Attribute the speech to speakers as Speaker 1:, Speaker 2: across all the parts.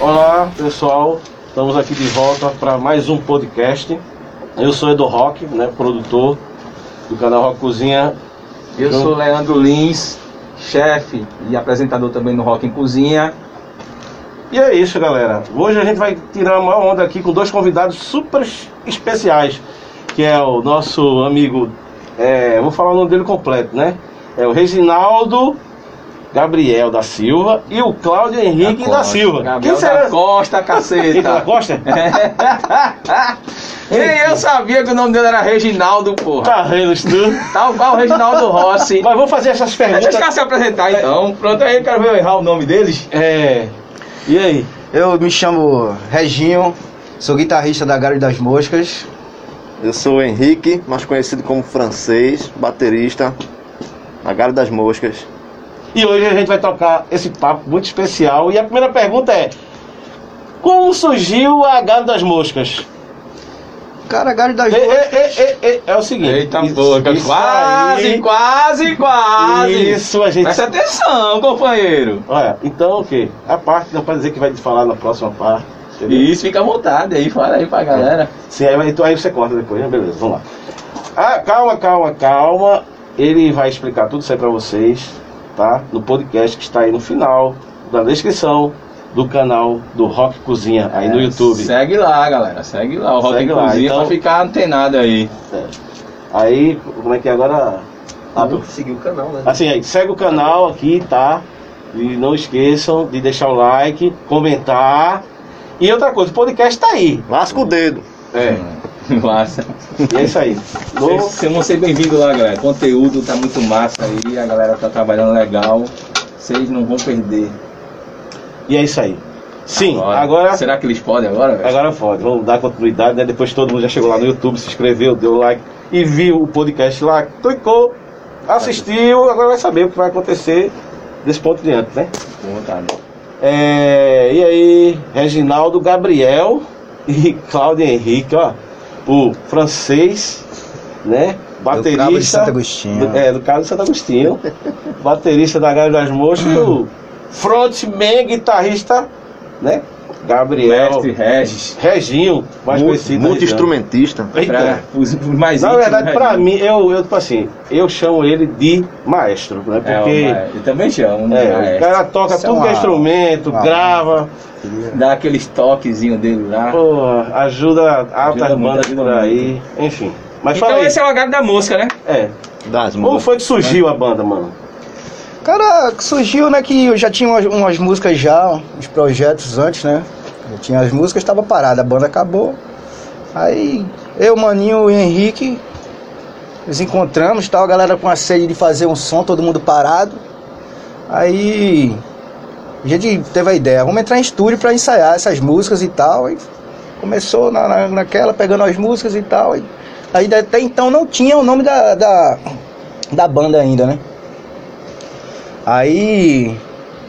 Speaker 1: Olá pessoal, estamos aqui de volta para mais um podcast. Eu sou Edu Rock, né, produtor do canal Rock Cozinha.
Speaker 2: Eu
Speaker 1: Então-
Speaker 2: sou Leandro Lins, chefe e apresentador também no Rock em Cozinha.
Speaker 1: E é isso galera, hoje a gente vai tirar uma onda aqui com dois convidados super especiais, que é o nosso amigo, é, vou falar o nome dele completo, né? É o Reginaldo Gabriel da Silva e o Cláudio Henrique da,
Speaker 3: Costa.
Speaker 1: Silva.
Speaker 2: Gabriel da Costa,
Speaker 1: Henrique da
Speaker 2: caceta.
Speaker 1: Costa?
Speaker 2: Nem eu sabia que o nome dele era Reginaldo, porra.
Speaker 1: Tá rindo isso tudo.
Speaker 2: Tal qual o Reginaldo Rossi.
Speaker 1: Mas vamos fazer essas
Speaker 2: Deixa
Speaker 1: perguntas.
Speaker 2: os caras se apresentar então. Pronto, aí eu quero ver eu errar o nome deles.
Speaker 1: É. E aí?
Speaker 3: Eu me chamo Reginho, sou guitarrista da Galho das Moscas.
Speaker 4: Eu sou o Henrique, mais conhecido como francês, baterista, na Galho das Moscas.
Speaker 1: E hoje a gente vai tocar esse papo muito especial. E a primeira pergunta é: Como surgiu a Galho das Moscas?
Speaker 3: Cara, a Galho das
Speaker 1: É,
Speaker 3: Moscas.
Speaker 1: é, é, é, é, é o seguinte.
Speaker 2: Eita
Speaker 1: isso-
Speaker 2: boca,
Speaker 1: isso
Speaker 2: quase,
Speaker 1: aí-
Speaker 2: quase, quase.
Speaker 1: Isso, a gente.
Speaker 2: Presta atenção, companheiro.
Speaker 1: Olha, então, ok. A parte não pode dizer que vai falar na próxima parte. entendeu?
Speaker 2: Isso, fica à vontade aí, fala aí pra galera.
Speaker 1: Sim, aí, vai- então aí você corta depois, né? Beleza, vamos lá. Ah, calma, calma, calma. Ele vai explicar tudo isso aí pra vocês, tá? No podcast que está aí no final, da descrição do canal do Rock Cozinha, aí
Speaker 2: É,
Speaker 1: no YouTube.
Speaker 2: Segue lá, galera. Segue lá. O Rock
Speaker 1: Segue
Speaker 2: em
Speaker 1: lá,
Speaker 2: Cozinha
Speaker 1: então-
Speaker 2: pra ficar antenado aí.
Speaker 1: É. Aí, como é que é agora? Ah,
Speaker 2: Uhum.
Speaker 3: seguir o canal, né?
Speaker 1: Assim, aí, segue o canal aqui, tá? E não esqueçam de deixar o like, comentar. E outra coisa, o podcast tá aí.
Speaker 4: Lasca o dedo.
Speaker 1: É.
Speaker 2: Massa.
Speaker 1: E é isso aí. No-
Speaker 2: Sejam ser bem-vindo lá, galera. O conteúdo tá muito massa aí, a galera tá trabalhando legal. Vocês não vão perder.
Speaker 1: E é isso aí. Sim, agora
Speaker 2: Será que eles podem agora, velho?
Speaker 1: Agora pode, vamos dar continuidade, né? Depois todo mundo já chegou lá no YouTube, se inscreveu, deu like e viu o podcast lá, clicou, assistiu, agora vai saber o que vai acontecer desse ponto de diante, né?
Speaker 2: Com vontade.
Speaker 1: É, e aí, Reginaldo Gabriel e Cláudio Henrique, ó, o francês, né?
Speaker 3: Do É Cabo de Santo
Speaker 1: Baterista.
Speaker 3: Agostinho.
Speaker 1: do- é, do Cabo de Santo Agostinho. baterista da Galho das Moças, e o frontman, guitarrista, né? Gabriel.
Speaker 2: Mestre Regis.
Speaker 1: Reginho, mais
Speaker 4: Mu-
Speaker 1: conhecido.
Speaker 4: Multi-instrumentista.
Speaker 1: Reginaldo.
Speaker 2: Pra,
Speaker 1: Eita.
Speaker 2: os, os mais
Speaker 1: Na
Speaker 2: íntimos,
Speaker 1: verdade,
Speaker 2: né,
Speaker 1: pra
Speaker 2: Regis?
Speaker 1: mim, eu, eu, tipo assim, eu chamo ele de maestro, né?
Speaker 2: É,
Speaker 1: Porque
Speaker 2: uma- eu também chamo.
Speaker 1: é,
Speaker 2: né?
Speaker 1: o cara toca
Speaker 3: Isso é
Speaker 1: tudo que é
Speaker 3: uma-
Speaker 1: instrumento,
Speaker 3: uma-
Speaker 1: grava,
Speaker 2: Dá aqueles toquezinhos dele lá.
Speaker 1: porra, ajuda altas
Speaker 2: muito,
Speaker 1: bandas
Speaker 2: ajuda
Speaker 1: por aí, enfim. Mas
Speaker 2: então
Speaker 1: fala aí,
Speaker 2: esse é o H da mosca, né?
Speaker 1: é,
Speaker 4: Das
Speaker 1: como
Speaker 4: moscas.
Speaker 1: foi que surgiu a banda, mano?
Speaker 3: Cara, que surgiu, né, que eu já tinha umas, umas músicas já, uns projetos antes, né? Eu tinha as músicas, estava parada, a banda acabou. Aí eu, Maninho e Henrique nos encontramos, tal, a galera com a sede de fazer um som, todo mundo parado. Aí a gente teve a ideia, vamos entrar em estúdio para ensaiar essas músicas e tal. E começou na, na- naquela, pegando as músicas e tal. E, aí até então não tinha o nome da, da, da banda ainda, né? Aí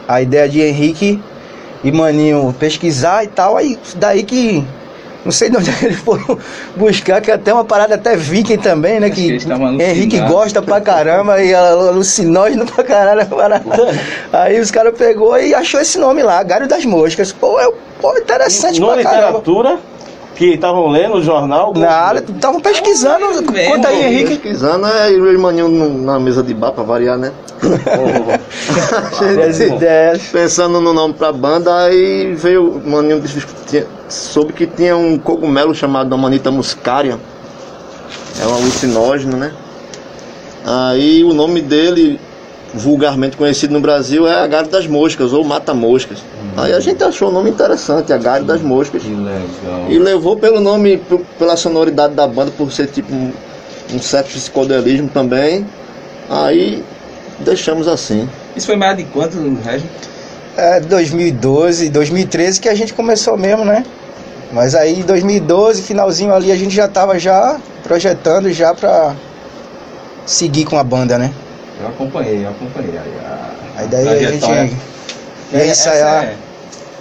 Speaker 3: a ideia de Henrique e Maninho pesquisar e tal, aí daí que. Não sei de onde é eles foram buscar, que é até uma parada até viking também, né?
Speaker 2: Acho que
Speaker 3: Que
Speaker 2: eles estavam
Speaker 3: Henrique
Speaker 2: alucinados.
Speaker 3: gosta pra caramba e alucinógeno pra caralho. a parada. Aí os caras pegou e achou esse nome lá, Galho das Moscas. Pô, é, pô interessante
Speaker 1: Numa
Speaker 3: pra caramba.
Speaker 1: literatura que estavam lendo o jornal,
Speaker 3: Nada, estavam pesquisando.
Speaker 2: velho,
Speaker 3: Conta aí,
Speaker 2: mano.
Speaker 3: Henrique.
Speaker 4: Pesquisando, é eu e o irmãinho no- na mesa de bar pra variar, né?
Speaker 3: As ideias.
Speaker 4: Pensando no nome pra banda, aí veio o maninho disse que tinha- soube que tinha um cogumelo chamado Amanita muscaria. É um alucinógeno, né? Aí o nome dele, vulgarmente conhecido no Brasil, é Agário das Moscas ou Mata Moscas. Aí a gente achou o nome interessante, Agário das Moscas.
Speaker 2: Que legal.
Speaker 4: E levou pelo nome, p- pela sonoridade da banda, por ser tipo um, um certo psicodelismo também. Aí deixamos assim.
Speaker 2: Isso foi mais de quanto, Regis?
Speaker 3: É, 2012, 2013 que a gente começou mesmo, né? Mas aí 2012, finalzinho ali, a gente já tava já projetando já pra seguir com a banda, né?
Speaker 2: Eu acompanhei, eu acompanhei. Aí, a,
Speaker 3: Aí daí a gente
Speaker 2: trajetória.
Speaker 3: ia
Speaker 2: É,
Speaker 3: ensaiar,
Speaker 2: essa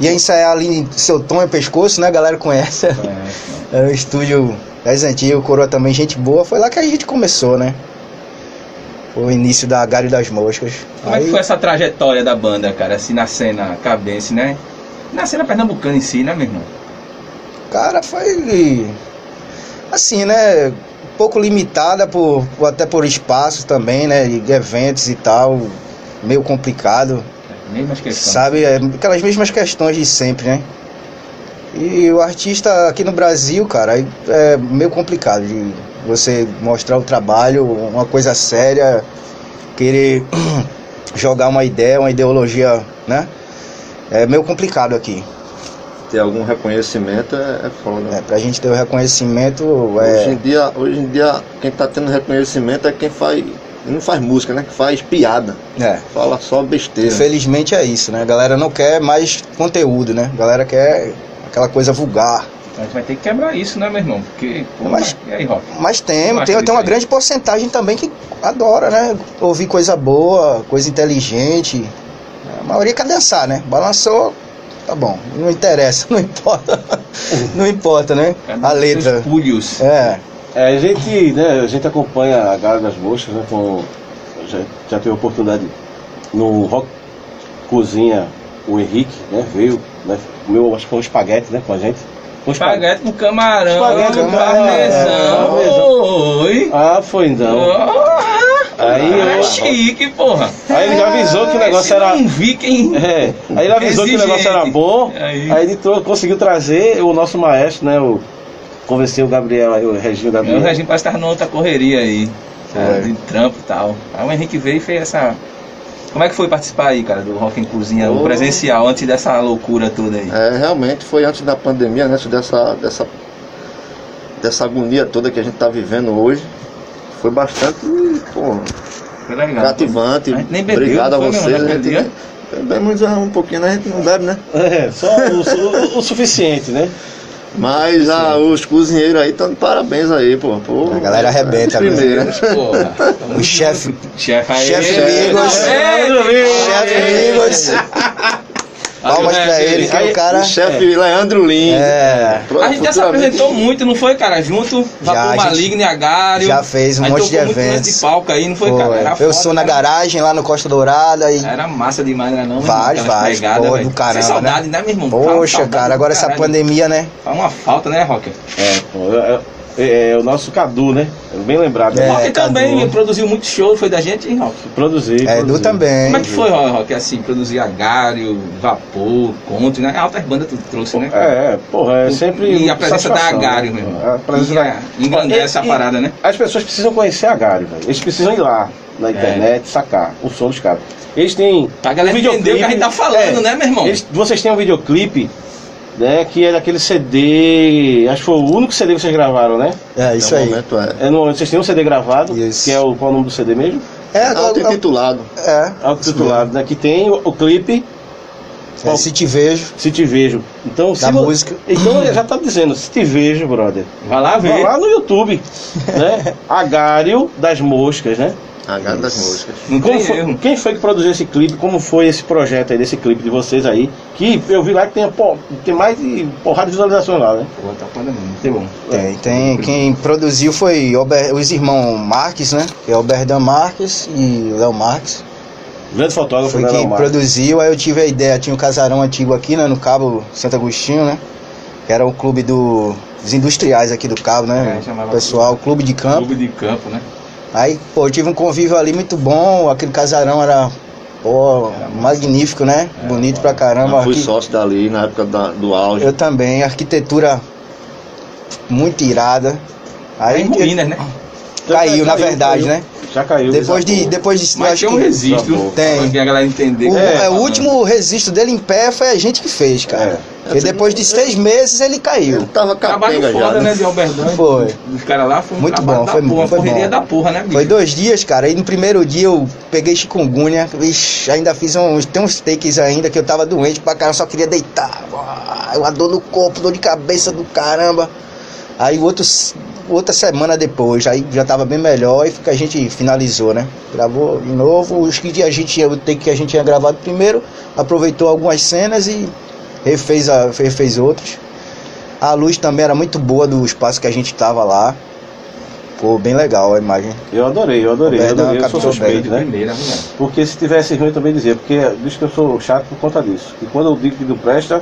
Speaker 3: ia ensaiar ali em seu tom e pescoço, né? A galera conhece.
Speaker 2: é- é,
Speaker 3: Era um estúdio das antigas, Coroa também, gente boa. Foi lá que a gente começou, né? Foi o início da Galho das Moscas.
Speaker 2: é Como é que foi essa trajetória da banda, cara? Assim, na cena cabense, né? Na cena pernambucana em si, né, meu irmão?
Speaker 3: Cara, foi assim, né? Um pouco limitada por por- até por espaços também, né? E eventos e tal, meio complicado,
Speaker 2: Mesmas questões.
Speaker 3: sabe? É, Aquelas mesmas questões de sempre, né? E o artista aqui no Brasil, cara, é meio complicado de você mostrar o trabalho, uma coisa séria, querer jogar uma ideia, uma ideologia, né? É meio complicado aqui.
Speaker 4: Ter algum reconhecimento é, é foda.
Speaker 3: Né? Pra gente ter o reconhecimento,
Speaker 4: Hoje,
Speaker 3: é,
Speaker 4: em dia, hoje em dia, quem tá tendo reconhecimento é quem faz. Não faz música, né? Que faz piada.
Speaker 3: é,
Speaker 4: Fala só besteira.
Speaker 3: Infelizmente é isso, né? A galera não quer mais conteúdo, né? A galera quer aquela coisa vulgar.
Speaker 2: A gente vai ter que quebrar isso, né, meu irmão? Porque, pô,
Speaker 3: Mas-
Speaker 2: E aí, Rock?
Speaker 3: Mas tem,
Speaker 2: Eu acho
Speaker 3: tem, tem uma
Speaker 2: isso aí.
Speaker 3: grande porcentagem também que adora, né? Ouvir coisa boa, coisa inteligente. A maioria quer dançar, né? Balançou, tá bom. Não interessa, não importa. não importa, né?
Speaker 2: Cada um
Speaker 3: A
Speaker 2: com seus
Speaker 3: letra.
Speaker 2: Pulhos.
Speaker 3: É,
Speaker 1: É, a gente, né, a gente acompanha a Gala das Moscas, né, com, já, já teve a oportunidade no Rock Cozinha, o Henrique, né, veio, né, comeu, acho que foi um espaguete, né, com a gente. Um
Speaker 2: Espaguete com camarão,
Speaker 1: Espaguete
Speaker 3: com
Speaker 2: parmesão.
Speaker 1: camarão.
Speaker 2: Oi.
Speaker 1: Ah, foi então.
Speaker 2: Oh,
Speaker 1: Aí eu-
Speaker 2: é chique, porra.
Speaker 1: Aí ele avisou que o negócio
Speaker 2: Esse eu
Speaker 1: era-
Speaker 2: Não vi quem.
Speaker 1: É, aí ele avisou que o negócio era
Speaker 2: Exigente.
Speaker 1: bom,
Speaker 2: Aí.
Speaker 1: aí, ele trou- conseguiu trazer o nosso maestro, né, o, convenceu o Gabriel, aí, o Reginho
Speaker 2: O
Speaker 1: Gabriel.
Speaker 2: Regime parece que tava numa outra correria aí.
Speaker 1: É.
Speaker 2: De trampo e tal. Aí o Henrique veio e fez essa. Como é que foi participar aí, cara, do Rock em Cozinha, o
Speaker 4: Ô.
Speaker 2: presencial, antes dessa loucura toda aí?
Speaker 4: É, realmente foi antes da pandemia, né, antes dessa, dessa, dessa agonia toda que a gente está vivendo hoje. Foi bastante pô,
Speaker 2: Foi legal.
Speaker 4: cativante.
Speaker 2: A gente nem bebeu,
Speaker 4: Obrigado a
Speaker 2: não foi,
Speaker 4: vocês. né?
Speaker 2: não,
Speaker 4: A
Speaker 2: naquele
Speaker 4: gente bebemos um pouquinho, né? A gente não bebe, né?
Speaker 1: É, só o, su- o suficiente, né?
Speaker 4: Mas ah, os cozinheiros aí estão de parabéns aí, pô. Pô,
Speaker 3: A galera arrebenta, né?
Speaker 4: primeiro. né?
Speaker 2: Porra.
Speaker 3: o chefe.
Speaker 2: Chefe aí.
Speaker 3: Chefe
Speaker 2: é,
Speaker 3: Migos. Chefe
Speaker 2: Migos.
Speaker 3: Migos. Palmas
Speaker 2: né,
Speaker 3: pra ele, que é
Speaker 1: Aí,
Speaker 3: o cara.
Speaker 4: O chefe Leandro Lins.
Speaker 3: É.
Speaker 4: Pro-
Speaker 2: A gente já se
Speaker 4: futuramente-
Speaker 2: apresentou muito, não foi, cara? Junto,
Speaker 3: Já,
Speaker 2: Vapor
Speaker 3: a gente
Speaker 2: Maligno e Agário.
Speaker 3: já fez um
Speaker 2: Aí
Speaker 3: monte
Speaker 2: tocou
Speaker 3: de
Speaker 2: muito lance
Speaker 3: eventos.
Speaker 2: de palco aí, não foi,
Speaker 3: Pô,
Speaker 2: cara? Era
Speaker 3: eu
Speaker 2: foda,
Speaker 3: sou na
Speaker 2: cara.
Speaker 3: garagem lá no Costa Dourada e
Speaker 2: Era massa demais, né, não era não?
Speaker 3: Vários,
Speaker 2: Aquelas
Speaker 3: vários,
Speaker 2: pegadas,
Speaker 3: porra,
Speaker 2: velho.
Speaker 3: do caramba,
Speaker 2: Sem saudade, né, meu irmão?
Speaker 3: Poxa,
Speaker 2: Saudade
Speaker 3: cara,
Speaker 2: do
Speaker 3: agora essa
Speaker 2: caralho.
Speaker 3: pandemia, né?
Speaker 2: Faz uma falta, né, Rocker?
Speaker 1: É, pô, é, é- é o nosso Cadu, né? Bem lembrado.
Speaker 3: É,
Speaker 1: né?
Speaker 2: Rocker
Speaker 3: Cadu.
Speaker 2: também produziu muito show, foi da gente, hein, Rocker?
Speaker 1: Produzir.
Speaker 3: É, Edu
Speaker 1: produzir.
Speaker 3: também.
Speaker 2: Como é que foi, Rocker, assim, produzir Agário, Vapor, Conto, né? Altas bandas tu trouxe, né? cara?
Speaker 1: É, é, porra, é sempre.
Speaker 2: E a presença da
Speaker 1: satisfação,
Speaker 2: Agário,
Speaker 1: né?
Speaker 2: meu irmão.
Speaker 1: A presença
Speaker 2: E a-
Speaker 1: da...
Speaker 2: engrandece essa
Speaker 1: E-
Speaker 2: parada, né?
Speaker 1: As pessoas precisam conhecer a Agário, velho. Eles precisam ir lá
Speaker 2: É.
Speaker 1: na internet, sacar o som dos caras. Eles têm.
Speaker 2: Pra galera
Speaker 1: um
Speaker 2: entender o que a gente tá falando,
Speaker 1: é,
Speaker 2: né, meu irmão?
Speaker 1: eles- vocês têm um videoclipe, né? Que é daquele CD. Acho que foi o único CD que vocês gravaram, né?
Speaker 3: É, isso
Speaker 4: É um
Speaker 3: aí.
Speaker 4: momento, é.
Speaker 1: É no momento, vocês têm um CD gravado,
Speaker 3: Isso.
Speaker 1: que é o qual é o nome do CD mesmo?
Speaker 3: É,
Speaker 4: Alto
Speaker 3: agora.
Speaker 4: intitulado.
Speaker 3: É,
Speaker 1: Autotitulado, né? Que tem o, o clipe
Speaker 3: é, se te vejo,
Speaker 1: Se Te Vejo. Então, se
Speaker 3: da
Speaker 1: vo-
Speaker 3: música.
Speaker 1: Então ele já tá dizendo, se te vejo, brother.
Speaker 2: Vai lá
Speaker 1: Vai
Speaker 2: ver.
Speaker 1: lá no YouTube, né? Agário das Moscas, né?
Speaker 4: A galera das músicas.
Speaker 2: Não
Speaker 1: Como
Speaker 2: tem
Speaker 1: foi-
Speaker 2: erro.
Speaker 1: quem foi que produziu esse clipe? Como foi esse projeto aí, desse clipe de vocês aí? Que eu vi lá que tem, pô, tem mais de porrada de visualizações lá, né?
Speaker 2: Pô, tá foda mesmo, tem bom.
Speaker 3: Tem, É, tem. Quem produziu foi Alber- os irmãos Marques, né? Que é Alberdan Marques e Léo Marques.
Speaker 1: Grande fotógrafo,
Speaker 3: Foi
Speaker 1: né,
Speaker 3: quem
Speaker 1: Leomar?
Speaker 3: produziu, aí eu tive a ideia. Tinha um casarão antigo aqui, né? No Cabo Santo Agostinho, né? Que era o clube do- dos industriais aqui do Cabo, né?
Speaker 2: É, chamava-
Speaker 3: o pessoal, o clube de campo.
Speaker 2: Clube de campo, né?
Speaker 3: Aí, pô, eu tive um convívio ali muito bom, aquele casarão era, pô, magnífico, né? Bonito pra caramba.
Speaker 4: Eu fui
Speaker 3: Arqui-
Speaker 4: sócio dali na época da- do auge.
Speaker 3: Eu também, arquitetura muito irada.
Speaker 2: Aí,
Speaker 3: Aí
Speaker 2: em
Speaker 3: eu-
Speaker 2: ruínas, né?
Speaker 3: caiu, na verdade,
Speaker 1: caiu.
Speaker 3: né?
Speaker 1: Já caiu.
Speaker 3: Depois de,
Speaker 1: desabou.
Speaker 3: depois de, eu
Speaker 2: Mas tem um
Speaker 3: que-
Speaker 2: registro.
Speaker 3: Tem.
Speaker 2: Pra que a galera entender.
Speaker 3: o,
Speaker 2: que tá É.
Speaker 3: é, o
Speaker 2: falando.
Speaker 3: último registro dele em pé foi a gente que fez, cara. Porque depois de seis meses ele
Speaker 4: Ele
Speaker 3: caiu.
Speaker 4: tava
Speaker 2: Trabalho
Speaker 4: capenga
Speaker 2: foda,
Speaker 4: já.
Speaker 2: né,
Speaker 4: Né?
Speaker 2: de Albertão.
Speaker 3: Foi.
Speaker 2: Os caras lá foi um
Speaker 3: Muito
Speaker 2: trabalho
Speaker 3: bom,
Speaker 2: da
Speaker 3: foi-
Speaker 2: porra,
Speaker 3: foi
Speaker 2: correria
Speaker 3: bom.
Speaker 2: da porra, né, bicho?
Speaker 3: Foi dois dias, cara. Aí no primeiro dia eu peguei chikungunya. Ixi, ainda fiz uns. Tem uns takes ainda que eu tava doente pra caramba, só queria deitar. Ah, Uma dor no corpo, dor de cabeça do caramba. Aí outro, s- outra semana depois, aí já tava bem melhor e que a gente finalizou, né? Gravou de novo. Os que a gente tinha, o take que a gente tinha gravado primeiro, aproveitou algumas cenas e refez, a, refez outros. A luz também era muito boa do espaço que a gente tava lá. Ficou bem legal a imagem.
Speaker 1: Eu adorei, eu adorei. Eu,
Speaker 3: Roberto
Speaker 1: adorei, eu sou
Speaker 3: captou bem.
Speaker 1: suspeito, né?
Speaker 2: Primeira, mulher.
Speaker 1: Porque se tivesse ruim eu também dizia, porque diz que eu sou chato por conta disso. E quando eu digo que não presta,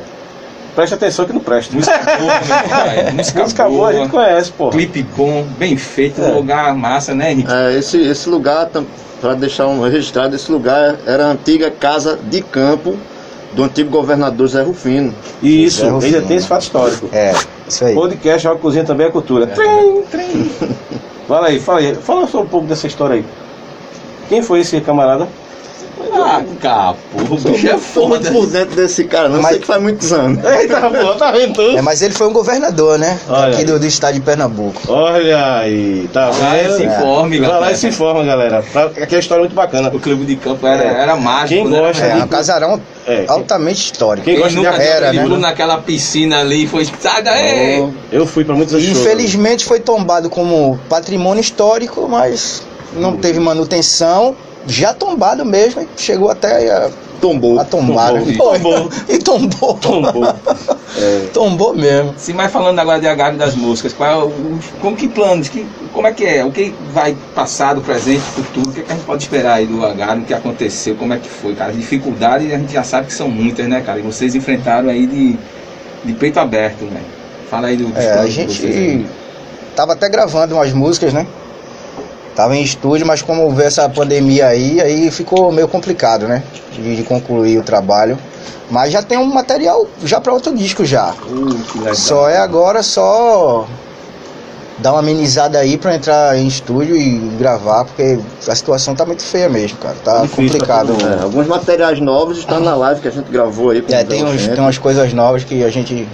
Speaker 1: presta atenção que não presta.
Speaker 2: Música boa, né, cara? música,
Speaker 1: Música boa a gente conhece, pô.
Speaker 2: clipe bom, bem feito,
Speaker 1: É.
Speaker 2: um lugar massa, né, Henrique?
Speaker 4: É, esse, esse lugar, para deixar um registrado, esse lugar era a antiga casa de campo do antigo governador Zé Rufino.
Speaker 1: E isso,
Speaker 3: Zé Rufino.
Speaker 1: ainda tem esse fato histórico.
Speaker 3: um É, isso aí.
Speaker 1: Podcast, a cozinha também é cultura. Trim, trim. Fala aí, fala aí. Fala só um pouco dessa história aí. Quem foi esse camarada?
Speaker 2: Ah, capô, o bicho é
Speaker 4: Tô muito
Speaker 2: foda.
Speaker 4: por dentro desse cara, não
Speaker 3: Mas-
Speaker 4: sei que faz muitos anos.
Speaker 1: Eita, pô, tá vendo
Speaker 3: É, mas ele foi um governador, né?
Speaker 1: Olha
Speaker 3: Aqui
Speaker 1: aí.
Speaker 3: do, do estado de Pernambuco.
Speaker 1: Olha aí, tá
Speaker 2: Vai lá e
Speaker 1: vendo?
Speaker 2: se
Speaker 3: É.
Speaker 2: informe,
Speaker 1: Vai lá
Speaker 2: galera.
Speaker 1: e se informa, galera. Tá- Aqui é uma história muito bacana.
Speaker 2: O clube de campo era, era mágico,
Speaker 1: Quem
Speaker 2: né?
Speaker 1: gosta
Speaker 3: É,
Speaker 2: Era-
Speaker 1: de-
Speaker 3: um casarão
Speaker 1: É,
Speaker 3: altamente histórico.
Speaker 1: Quem
Speaker 2: Quem
Speaker 1: gosta de
Speaker 2: nunca
Speaker 3: era, né?
Speaker 2: mergulhou naquela piscina ali e foi... Sai daí!
Speaker 1: é, eu fui pra muitos
Speaker 3: E,
Speaker 1: shows.
Speaker 3: Infelizmente foi tombado como patrimônio histórico, mas
Speaker 1: Hum.
Speaker 3: não teve manutenção. Já tombado mesmo, e chegou até a,
Speaker 4: Tombou.
Speaker 3: a tombar. né?
Speaker 1: Tombou,
Speaker 3: Foi.
Speaker 1: tombou.
Speaker 3: E tombou.
Speaker 1: Tombou. é.
Speaker 3: Tombou mesmo.
Speaker 2: Sim, mas falando agora de Agave das Músicas, qual é o- os- como que planos, que, como é que é? O que vai passado, presente, futuro, o que, é que a gente pode esperar aí do Agave, o que aconteceu, como é que foi, cara? As dificuldades a gente já sabe que são muitas, né, cara? E vocês enfrentaram aí de, de peito aberto, né? Fala aí do dos
Speaker 3: É, a
Speaker 2: planos de
Speaker 3: gente
Speaker 2: vocês aí.
Speaker 3: tava até gravando umas músicas, né? Tava em estúdio, mas como houve essa pandemia aí, aí ficou meio complicado, né? De, de concluir o trabalho. Mas já tem um material já para outro disco já.
Speaker 2: Uh, que legal.
Speaker 3: Só é agora só dar uma amenizada aí pra entrar em estúdio e gravar, porque a situação tá muito feia mesmo, cara. Tá
Speaker 1: Difícil
Speaker 3: complicado.
Speaker 2: né?
Speaker 4: É, alguns materiais novos estão na live que a gente gravou aí. com
Speaker 3: É,
Speaker 4: o
Speaker 3: tem,
Speaker 4: Belo
Speaker 3: uns,
Speaker 4: Gente.
Speaker 3: tem umas coisas novas que a gente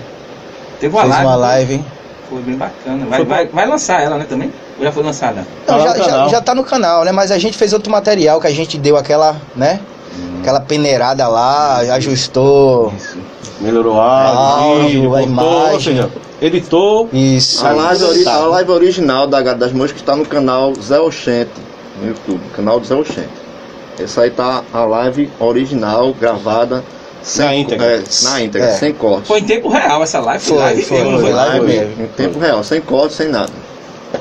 Speaker 2: Teve um uma
Speaker 3: fez
Speaker 2: live,
Speaker 3: uma
Speaker 2: né?
Speaker 3: live.
Speaker 2: Foi bem bacana. Vai,
Speaker 1: Foi
Speaker 2: vai, vai lançar ela, né, também? Ou já foi lançada?
Speaker 3: Não,
Speaker 1: Tá
Speaker 3: já,
Speaker 1: lá no
Speaker 3: já,
Speaker 1: canal.
Speaker 3: já tá no canal, né? Mas a gente fez outro material que a gente deu aquela, né? Aquela peneirada lá, ajustou.
Speaker 1: Melhorou a
Speaker 3: Áudio,
Speaker 1: áudio,
Speaker 3: a
Speaker 1: botou,
Speaker 3: imagem.
Speaker 1: ou seja, editou.
Speaker 3: Isso.
Speaker 4: A live, ori-
Speaker 3: Tá.
Speaker 4: a live original da Gado das Moscas está no canal Zé Oxente, no YouTube, canal do Zé Oxente. Essa aí tá a live original gravada sem
Speaker 1: Na íntegra.
Speaker 4: é, na íntegra,
Speaker 3: É.
Speaker 4: sem corte.
Speaker 2: Foi em tempo real essa live,
Speaker 3: Foi,
Speaker 2: live
Speaker 3: foi,
Speaker 2: mesmo, não
Speaker 3: foi live
Speaker 4: live
Speaker 3: mesmo.
Speaker 4: em tempo real, sem corte, sem nada.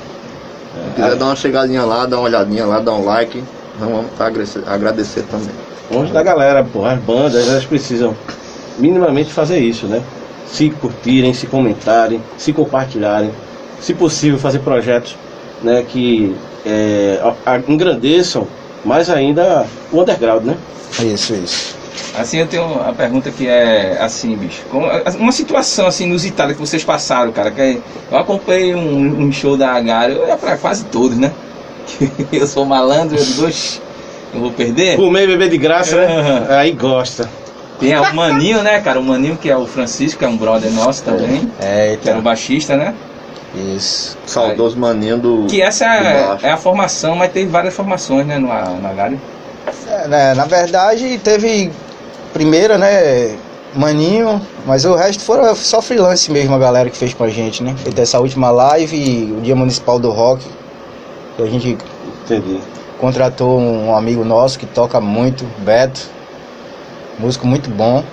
Speaker 4: Se quiser dar uma chegadinha lá, dar uma olhadinha lá, dar um like, vamos agradecer, agradecer também.
Speaker 1: Longe da galera, pô. As bandas, elas precisam minimamente fazer isso, né? Se curtirem, se comentarem, se compartilharem. Se possível, fazer projetos né, que é, a- a- engrandeçam mais ainda o underground, né?
Speaker 3: Isso, isso.
Speaker 2: Assim, eu tenho uma pergunta que é assim, bicho. como- Uma situação assim inusitada que vocês passaram, cara. Que é- eu acompanhei um, um show da Agar, eu ia pra quase todos, né? Eu sou malandro, eu digo, "Oxi, eu vou perder.
Speaker 1: Comer e beber de graça, né?
Speaker 2: Aham.
Speaker 1: Aí gosta.
Speaker 2: Tem o Maninho, né, cara? O Maninho que é o Francisco, que é um brother nosso também,
Speaker 3: É,
Speaker 2: que era o
Speaker 3: então.
Speaker 2: baixista, né?
Speaker 3: Isso.
Speaker 4: Saudoso maninho do.
Speaker 2: Que essa
Speaker 4: do
Speaker 2: é,
Speaker 4: baixo.
Speaker 2: é a formação, mas teve várias formações, né, no, no Agar.
Speaker 3: É, né, na verdade, teve primeira, né? Maninho, mas o resto foram só freelance mesmo a galera que fez com a gente, né? Teve essa última live, e o Dia Municipal do Rock, que a gente
Speaker 1: Entendi.
Speaker 3: contratou um amigo nosso que toca muito, Beto. Músico muito bom.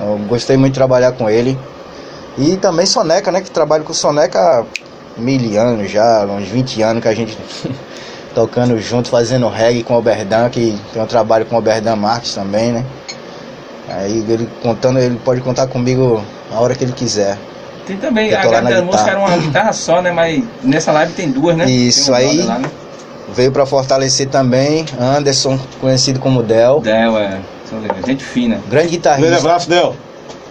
Speaker 3: Eu gostei muito de trabalhar com ele. E também Soneca, né? Que trabalho com Soneca há mil anos já, uns 20 anos que a gente tocando junto, fazendo reggae com o Oberdan, que tem um trabalho com o Oberdan Marques também, né? Aí ele contando, ele pode contar comigo a hora que ele quiser.
Speaker 2: Tem também,
Speaker 3: Eu
Speaker 2: a
Speaker 3: tô lá
Speaker 2: Agar
Speaker 3: na
Speaker 2: da música era
Speaker 3: guitarra.
Speaker 2: uma guitarra só, né? Mas nessa live tem duas, né? Tem
Speaker 3: Isso
Speaker 2: um
Speaker 3: aí.
Speaker 2: brother lá, né?
Speaker 3: Veio pra fortalecer também Anderson, conhecido como Del.
Speaker 2: Del, é. São legais. Gente fina.
Speaker 3: Grande
Speaker 1: Grande
Speaker 3: guitarrista,
Speaker 1: abraço, Del.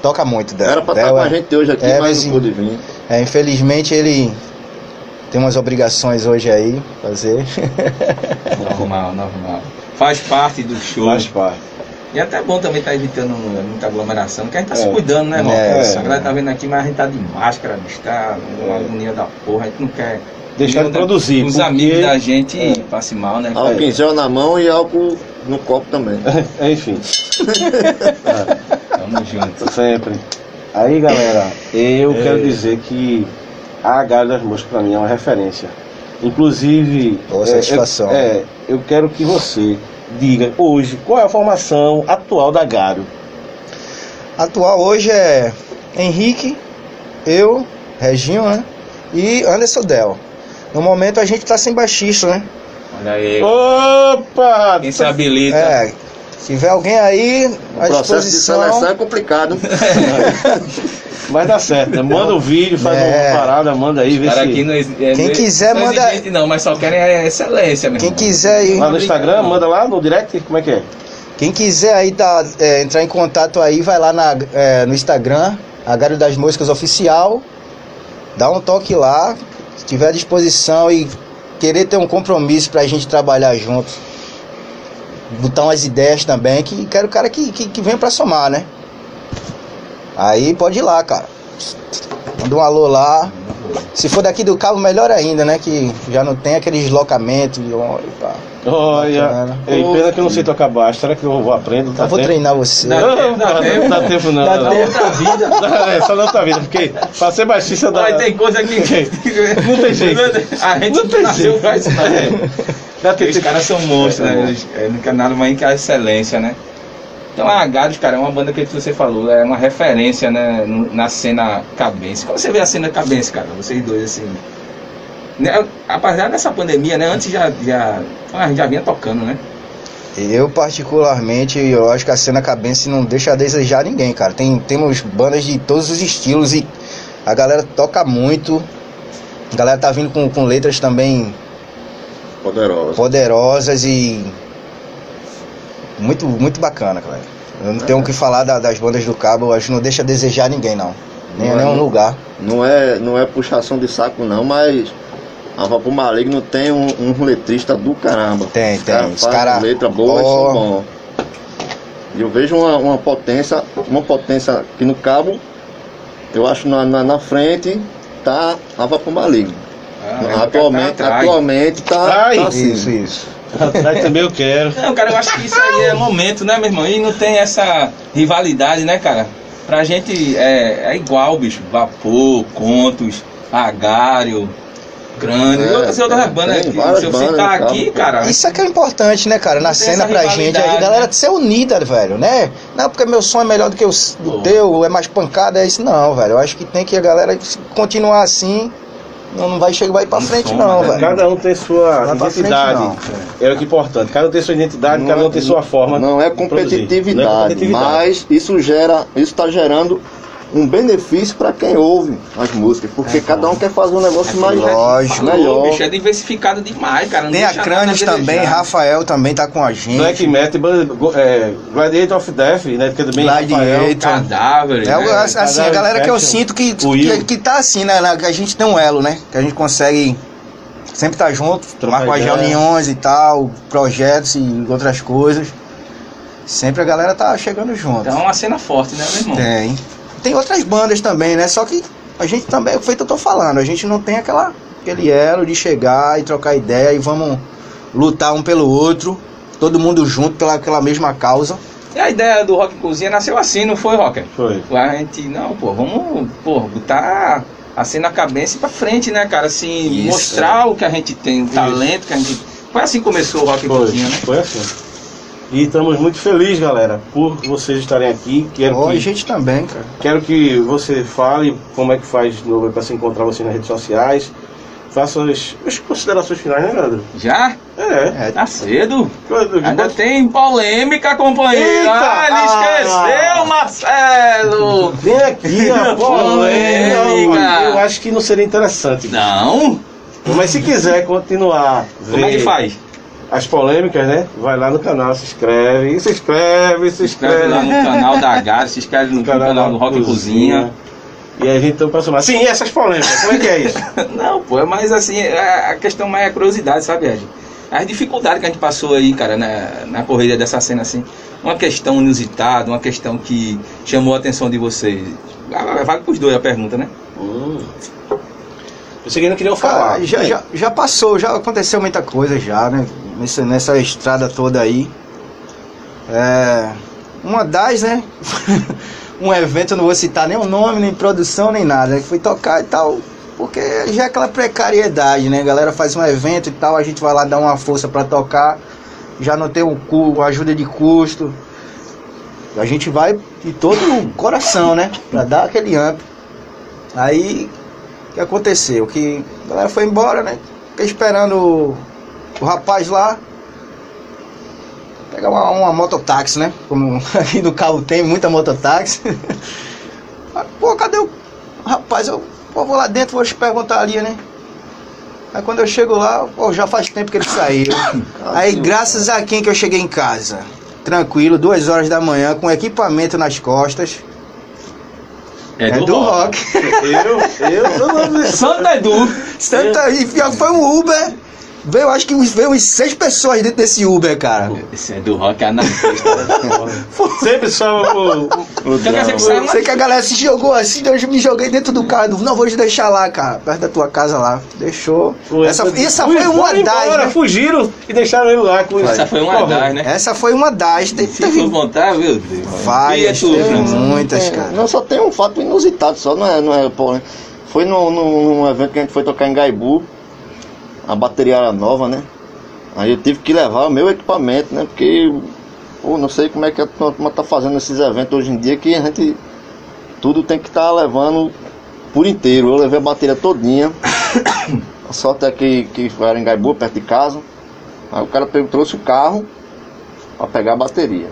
Speaker 3: toca muito Del.
Speaker 4: Era pra
Speaker 3: Del
Speaker 4: estar com
Speaker 3: é-
Speaker 4: a gente hoje aqui,
Speaker 3: É,
Speaker 4: mas
Speaker 3: mas-
Speaker 4: não pude vir.
Speaker 3: É, infelizmente ele tem umas obrigações hoje aí fazer.
Speaker 2: Normal, normal. Faz parte do show.
Speaker 1: Faz parte.
Speaker 2: E é até bom também estar evitando eh, muita aglomeração, porque a gente tá se
Speaker 1: É.
Speaker 2: cuidando, né, irmão?
Speaker 3: É,
Speaker 2: a
Speaker 1: sim.
Speaker 2: galera tá vendo aqui, mas a gente tá de máscara, bicho, tá uma agonia da porra, a gente não quer.
Speaker 1: Deixar de
Speaker 2: nenhum da-
Speaker 1: produzir,
Speaker 2: Os
Speaker 1: porque-
Speaker 2: amigos da gente
Speaker 1: É.
Speaker 2: passem mal, né?
Speaker 4: Álcool em gel na mão e álcool no copo também.
Speaker 1: Enfim.
Speaker 2: Tamo junto.
Speaker 1: Sempre. Aí, galera, eu
Speaker 3: É.
Speaker 1: quero dizer que a Galho das Moscas pra mim é uma referência. Inclusive,
Speaker 3: Boa
Speaker 1: é,
Speaker 3: satisfação.
Speaker 1: Eu, é, eu quero que você diga hoje qual é a formação atual da Galho.
Speaker 3: Atual hoje é Henrique, eu, Reginho, né? E Anderson Del. No momento a gente tá sem baixista, né?
Speaker 2: Olha aí.
Speaker 1: Opa!
Speaker 2: Quem se habilita.
Speaker 3: É. Se tiver alguém aí,
Speaker 4: O
Speaker 3: à
Speaker 4: processo de seleção
Speaker 3: disposição.
Speaker 4: é complicado.
Speaker 1: Vai dar certo, né? Manda o vídeo, faz
Speaker 3: É.
Speaker 1: uma parada, manda aí, vê
Speaker 2: Cara, aqui
Speaker 1: se.
Speaker 2: não, exi- é,
Speaker 3: Quem
Speaker 2: não-
Speaker 3: quiser,
Speaker 2: não
Speaker 3: manda-
Speaker 2: exigente Não, mas só querem a excelência mesmo.
Speaker 3: Quem quiser aí.
Speaker 1: Lá no Instagram, manda lá no direct, como é que é?
Speaker 3: Quem quiser aí tá, é, entrar em contato aí, vai lá na, é, no Instagram, Agário das Moscas Oficial, dá um toque lá, se tiver à disposição e querer ter um compromisso pra gente trabalhar junto. Botar umas ideias também, que quero o cara que, que, que venha pra somar, né? Aí pode ir lá, cara. Manda um alô lá. Se for daqui do cabo, melhor ainda, né? Que já não tem aquele deslocamento de ônibus. pá.
Speaker 1: Olha,
Speaker 3: Bacana.
Speaker 1: ei, pena que eu não sei tocar baixo. Será que eu vou aprender? Tá
Speaker 3: Eu vou
Speaker 1: tempo?
Speaker 3: treinar você.
Speaker 2: Dá
Speaker 1: Não,
Speaker 2: tempo, dá
Speaker 1: não,
Speaker 2: tempo.
Speaker 1: não dá tempo não.
Speaker 3: Dá
Speaker 1: não.
Speaker 3: tempo.
Speaker 2: Outra vida.
Speaker 1: É, só na outra vida, porque pra ser baixista da.
Speaker 2: Mas tem coisa que.
Speaker 1: Não tem jeito.
Speaker 2: A gente
Speaker 1: Não tem
Speaker 2: nasceu
Speaker 1: jeito.
Speaker 2: pra isso, tá vendo?
Speaker 1: Dá tempo.
Speaker 2: Os caras são monstros,
Speaker 1: É,
Speaker 2: né? Eles, Tipo, é, não quer nada mais que a excelência, né? Então a Agados, cara, é uma banda que você falou, é uma referência, né, no- na cena cabense. Como você vê a cena cabense, cara? Vocês dois, assim. Né, apesar dessa pandemia, né? Antes já, já, ah, já vinha tocando, né?
Speaker 3: Eu, particularmente, eu acho que a cena cabense não deixa a desejar ninguém, cara. Tem, temos bandas de todos os estilos e a galera toca muito. A galera tá vindo com, com letras também
Speaker 4: Poderosa.
Speaker 3: poderosas e. Muito, muito bacana, cara. Eu não tenho o que falar da- das bandas do Cabo, eu acho que não deixa a desejar ninguém, não. Nem,
Speaker 4: Não é,
Speaker 3: nenhum
Speaker 4: não.
Speaker 3: lugar.
Speaker 4: Não é, não é puxação de saco, não, mas a Vapor Maligno tem um, um letrista do caramba.
Speaker 3: Tem,
Speaker 4: Os
Speaker 3: tem.
Speaker 4: caras
Speaker 3: Os
Speaker 4: fazem
Speaker 3: cara-
Speaker 4: Letra boa,
Speaker 3: Ó.
Speaker 4: são bom. E eu vejo uma, uma potência, uma potência aqui no cabo, eu acho na, na, na frente tá a Vapor Maligno.
Speaker 2: Ah,
Speaker 4: atualmente,
Speaker 2: tá atrás.
Speaker 4: atualmente tá,
Speaker 1: Ai,
Speaker 4: tá assim.
Speaker 3: Isso, isso.
Speaker 1: Atrás também eu quero.
Speaker 2: Não, cara, eu acho que isso aí é momento, né, meu irmão? E não tem essa rivalidade, né, cara? Pra gente é, é igual, bicho. Vapor, Contos, Agário, Grande.
Speaker 4: É,
Speaker 2: e outras, outras
Speaker 4: tem-
Speaker 2: bandas
Speaker 4: tem
Speaker 2: que
Speaker 4: várias
Speaker 2: se eu
Speaker 4: bandas,
Speaker 2: citar aqui,
Speaker 4: cara.
Speaker 2: cara.
Speaker 3: Isso é que é importante, né, cara? Na
Speaker 2: Tem
Speaker 3: cena
Speaker 2: essa
Speaker 3: pra gente, aí, a
Speaker 2: rivalidade,
Speaker 3: galera
Speaker 2: né?
Speaker 3: ser unida, velho, né? Não, porque meu som é melhor do que o s- do
Speaker 2: Pô.
Speaker 3: teu, é mais pancada, é isso. Não, velho. Eu acho que tem que a galera se continuar assim, não não vai chegar vai pra
Speaker 2: Não
Speaker 3: frente,
Speaker 2: soma,
Speaker 3: não,
Speaker 2: né?
Speaker 3: velho.
Speaker 1: Cada um tem sua
Speaker 3: Não é pra frente,
Speaker 1: identidade.
Speaker 3: não.
Speaker 1: é o que é importante. Cada um tem sua identidade, cada um tem sua forma.
Speaker 4: Não é
Speaker 1: de produzir.
Speaker 4: competitividade,
Speaker 1: Não é competitividade.
Speaker 4: mas isso gera, isso está gerando um benefício para quem ouve as músicas, porque
Speaker 2: É
Speaker 4: cada um quer fazer um negócio mais
Speaker 3: lógico.
Speaker 4: melhor.
Speaker 2: Pô, é bicho, é diversificado demais, cara. Não
Speaker 3: Tem a
Speaker 2: um deixa nada
Speaker 3: Crânios
Speaker 2: desejar.
Speaker 3: também, Rafael também tá com a gente.
Speaker 2: é
Speaker 1: Black Metal, Band- Go- é, Gladiator of Death, né? Porque também Rafael.
Speaker 3: Gladiator.
Speaker 2: Cadáver.
Speaker 3: É,
Speaker 2: né?
Speaker 3: o- assim, a galera que eu
Speaker 1: Infection,
Speaker 3: sinto que,
Speaker 1: o
Speaker 3: que,
Speaker 1: Will.
Speaker 3: que tá assim, né? na- que A gente tem um elo, né? Que a gente consegue sempre estar junto,
Speaker 1: Trocar
Speaker 3: marcar as
Speaker 1: ideia.
Speaker 3: reuniões e tal, projetos e outras coisas. Sempre a galera tá chegando junto.
Speaker 2: Então é uma cena forte, né, meu irmão?
Speaker 3: Tem. Tem outras bandas também, né? Só que a gente também, feito eu tô falando, a gente não tem aquela, aquele elo de chegar e trocar ideia e vamos lutar um pelo outro, todo mundo junto pela aquela mesma causa.
Speaker 2: E a ideia do Rock Cozinha nasceu assim, não foi, Rocker?
Speaker 1: Foi.
Speaker 2: A gente, não, pô, vamos, pô, botar a cena cabeça pra frente, né, cara? Assim,
Speaker 3: Isso,
Speaker 2: mostrar o que a gente tem, o talento que a gente. Foi assim que começou o Rock
Speaker 1: Foi,
Speaker 2: Cozinha, né?
Speaker 1: foi assim. E estamos muito felizes, galera, por vocês estarem aqui. Quero
Speaker 3: Ó,
Speaker 1: que
Speaker 3: a gente também, cara.
Speaker 1: Quero que você fale como é que faz para se encontrar você nas redes sociais. Faça as, as considerações finais, né, Leandro?
Speaker 2: Já?
Speaker 1: É.
Speaker 3: É,
Speaker 2: Tá cedo?
Speaker 1: Eu- eu-
Speaker 2: Ainda
Speaker 1: eu-
Speaker 2: tem polêmica, companheiro.
Speaker 1: Eita!
Speaker 2: Ah, ele esqueceu,
Speaker 1: Ah!
Speaker 2: Marcelo!
Speaker 1: Vem aqui, a polêmica.
Speaker 2: Polêmica.
Speaker 1: Eu acho que não seria interessante.
Speaker 2: é, Não?
Speaker 1: Mas se quiser continuar ver
Speaker 2: Como é que faz?
Speaker 1: as polêmicas, né? Vai lá no canal, se inscreve, se inscreve, se
Speaker 2: Se inscreve lá
Speaker 1: inscreve.
Speaker 2: no canal da Agar, se inscreve no canal do Rock Cozinha.
Speaker 1: E a gente tá passando. Sim, e essas polêmicas, como é que é isso?
Speaker 2: Não, pô, mas assim, a a questão mais é a curiosidade, sabe, Ed? As dificuldades que a gente passou aí, cara, na, na corrida dessa cena, assim. Uma questão inusitada, uma questão que chamou a atenção de vocês. Ah, Vale pros dois a pergunta, né?
Speaker 1: Eu sei que não queriam falar.
Speaker 3: Cara, já, já, já passou, já aconteceu muita coisa já, né? Nessa, nessa estrada toda aí. É, uma das, né? um evento, eu não vou citar nem o nome, nem produção, nem nada, né? que Fui tocar e tal. Porque já é aquela precariedade, né? A galera faz um evento e tal, a gente vai lá dar uma força pra tocar, já não tem o cu, ajuda de custo. A gente vai de todo o coração, né? Pra dar aquele amp. Aí o que aconteceu? Que a galera foi embora, né? Fiquei esperando o, o rapaz lá pegar uma, uma mototáxi, né? Como aqui no carro tem muita mototáxi. Aí, Pô, cadê o rapaz? Eu pô, vou lá dentro, vou te perguntar ali, né? Aí quando eu chego lá, pô, já faz tempo que ele saiu. Aí graças a quem que eu cheguei em casa? Tranquilo, duas horas da manhã, com equipamento nas costas. É do rock.
Speaker 1: Eu, eu, eu não
Speaker 2: Santa Edu.
Speaker 3: Santa, e pior que foi um Uber. Veio, acho que uns- veio uns seis pessoas dentro desse Uber, cara.
Speaker 2: Esse é do rock, é anarquista.
Speaker 1: sempre salva pro.
Speaker 4: O
Speaker 2: Quer dizer
Speaker 4: drama.
Speaker 2: que saiu
Speaker 3: Sei que a galera se jogou assim, eu me joguei dentro do carro. Não vou te deixar lá, cara, perto da tua casa lá. Deixou.
Speaker 1: pro-
Speaker 3: Essa, essa
Speaker 1: Fui-
Speaker 3: foi uma
Speaker 1: foram embora,
Speaker 3: das, né?
Speaker 1: Fugiram e deixaram ele lá com
Speaker 2: Essa
Speaker 3: um
Speaker 2: foi uma
Speaker 1: Porra,
Speaker 2: das, né?
Speaker 3: Essa foi uma das. Teve,
Speaker 2: Se for
Speaker 3: teve
Speaker 2: contar, meu Deus.
Speaker 3: várias,
Speaker 2: E é tu,
Speaker 3: teve
Speaker 2: Francis?
Speaker 3: muitas,
Speaker 4: É,
Speaker 3: cara.
Speaker 4: Não, só tem um fato inusitado, só não é, não é pô, né? Foi num, num- num evento que a gente foi tocar em Gaibu, a bateria era nova, né? Aí eu tive que levar o meu equipamento, né? Porque pô, não sei como é que a turma tá fazendo esses eventos hoje em dia, que a gente tudo tem que estar levando por inteiro. Eu levei a bateria todinha, só até que, que era em Gaibu, perto de casa. Aí o cara pegou- trouxe o carro pra pegar a bateria.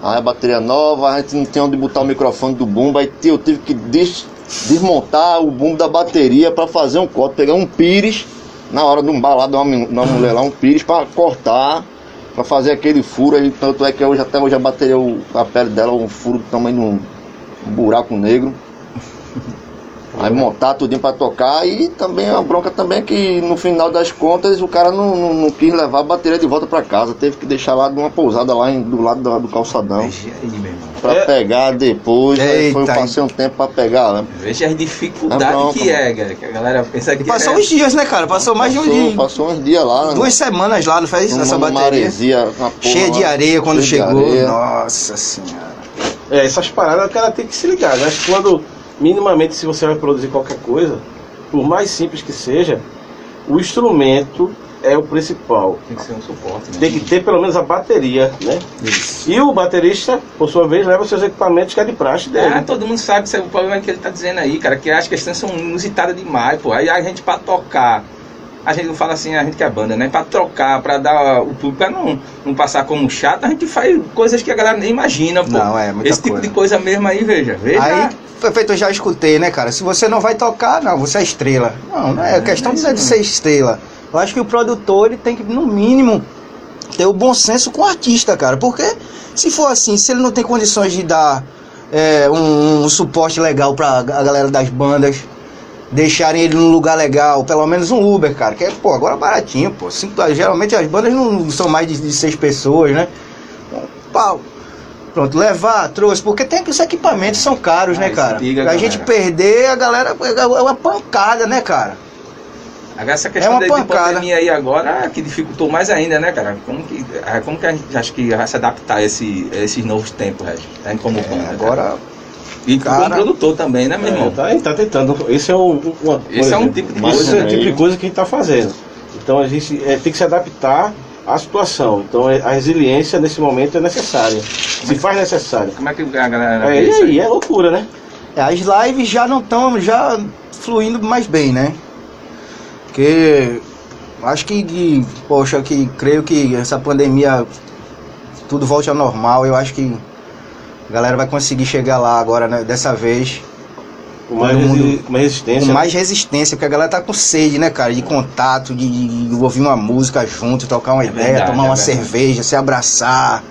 Speaker 4: Aí a Ah, é bateria nova, a gente não tem onde botar o microfone do bumbo, aí eu tive que des- desmontar o bumbo da bateria para fazer um corte, pegar um pires, na hora de um bar lá, de uma, men- de uma mulher lá, um pires para cortar, para fazer aquele furo, aí, tanto é que hoje, até hoje a bateria, o- a pele dela, é um furo do tamanho de um buraco negro. Aí montar tudinho pra tocar e também a bronca também é que no final das contas o cara não, não, não quis levar a bateria de volta pra casa, teve que deixar lá numa pousada lá em- do lado da- do calçadão
Speaker 2: Veja aí, meu irmão.
Speaker 4: pra
Speaker 1: É.
Speaker 4: pegar depois. Aí foi, eu
Speaker 3: Eita.
Speaker 4: passei um tempo pra pegar, né?
Speaker 2: Veja as
Speaker 4: Tá
Speaker 2: dificuldades
Speaker 4: bom,
Speaker 2: que
Speaker 4: tá bom.
Speaker 2: é, galera. Que a galera pensa que
Speaker 3: Passou
Speaker 2: é...
Speaker 3: uns dias, né, cara? Passou mais de um
Speaker 4: passou,
Speaker 3: dia.
Speaker 4: passou uns dias lá, né?
Speaker 3: Duas semanas lá, não fez?
Speaker 4: Numa-
Speaker 3: Essa
Speaker 4: numa
Speaker 3: bateria.
Speaker 4: maresia, uma porra
Speaker 3: Cheia de
Speaker 4: lá.
Speaker 3: areia quando
Speaker 4: Cheia de
Speaker 3: chegou.
Speaker 4: areia.
Speaker 3: Nossa senhora.
Speaker 1: É, essas paradas o cara tem que se ligar. né? Acho que quando, minimamente, se você vai produzir qualquer coisa, por mais simples que seja, o instrumento é o principal.
Speaker 2: Tem que ser um suporte, né?
Speaker 1: Tem que ter pelo menos a bateria, né? E o baterista, por sua vez, leva os seus equipamentos que é de praxe
Speaker 2: Ah,
Speaker 1: dele.
Speaker 2: todo mundo sabe que é o problema que ele tá dizendo aí, cara, que as questões são inusitadas demais, pô. Aí a gente pra tocar, a gente não fala assim, a gente que é banda, né? Pra trocar, pra dar o público, pra não, não passar como chato, a gente faz coisas que a galera nem imagina, pô.
Speaker 3: Não, é, muita
Speaker 2: Esse tipo
Speaker 3: coisa.
Speaker 2: de coisa mesmo aí, veja. Veja.
Speaker 3: Aí, perfeito, eu já escutei, né, cara? Se você não vai tocar, não, você é estrela. Não, não é, a questão
Speaker 2: não é
Speaker 3: não é de
Speaker 2: isso,
Speaker 3: ser estrela. Eu acho que o produtor, ele tem que, no mínimo, ter o bom senso com o artista, cara. Porque se for assim, se ele não tem condições de dar é, um, um suporte legal pra a galera das bandas, deixarem ele num lugar legal, pelo menos um Uber, cara. Que é, pô, agora é baratinho, pô. Cinco, geralmente as bandas não são mais de, de seis pessoas, né? Então, pau. Pronto, levar, trouxe, porque tem que os equipamentos são caros,
Speaker 2: Ah,
Speaker 3: né,
Speaker 2: isso
Speaker 3: cara?
Speaker 2: liga a
Speaker 3: a gente
Speaker 2: galera.
Speaker 3: perder, a galera é uma pancada, né, cara?
Speaker 2: Agora essa questão
Speaker 3: é uma
Speaker 2: da- de
Speaker 3: pancada.
Speaker 2: pandemia aí agora, que dificultou mais ainda, né, cara? Como que, ah, como que a gente acho que vai se adaptar a, esse- a esses novos tempos, Regis? A gente como banda,
Speaker 3: É,
Speaker 2: cara?
Speaker 3: agora,
Speaker 2: E como
Speaker 3: cara-
Speaker 2: produtor também, né, meu
Speaker 1: É,
Speaker 2: irmão?
Speaker 1: tá, ele tá tentando. Esse é um, uma-
Speaker 2: Esse é um
Speaker 1: exemplo,
Speaker 2: tipo de
Speaker 4: mais
Speaker 1: esse é
Speaker 4: um
Speaker 1: o tipo de
Speaker 4: meio.
Speaker 1: coisa que a gente tá fazendo. Então a gente é, tem que se adaptar à situação. Então é- a resiliência nesse momento é necessária. Se faz necessária.
Speaker 2: Como é que a galera.
Speaker 1: É, e
Speaker 2: pensa
Speaker 1: aí, é loucura, né?
Speaker 3: é, as lives já não estão já fluindo mais bem, né? Porque acho que, de- poxa, que creio que essa pandemia tudo volte ao normal. Eu acho que a galera vai conseguir chegar lá agora, né, dessa vez.
Speaker 1: Com mais,
Speaker 3: Todo mundo-
Speaker 1: resi- com mais resistência.
Speaker 2: é
Speaker 3: Com mais resistência, porque a galera tá com sede, né, cara? De contato, de, de ouvir uma música junto, trocar uma
Speaker 2: É
Speaker 3: ideia,
Speaker 2: verdade,
Speaker 3: tomar
Speaker 2: é
Speaker 3: uma
Speaker 2: verdade. É
Speaker 3: cerveja, se abraçar.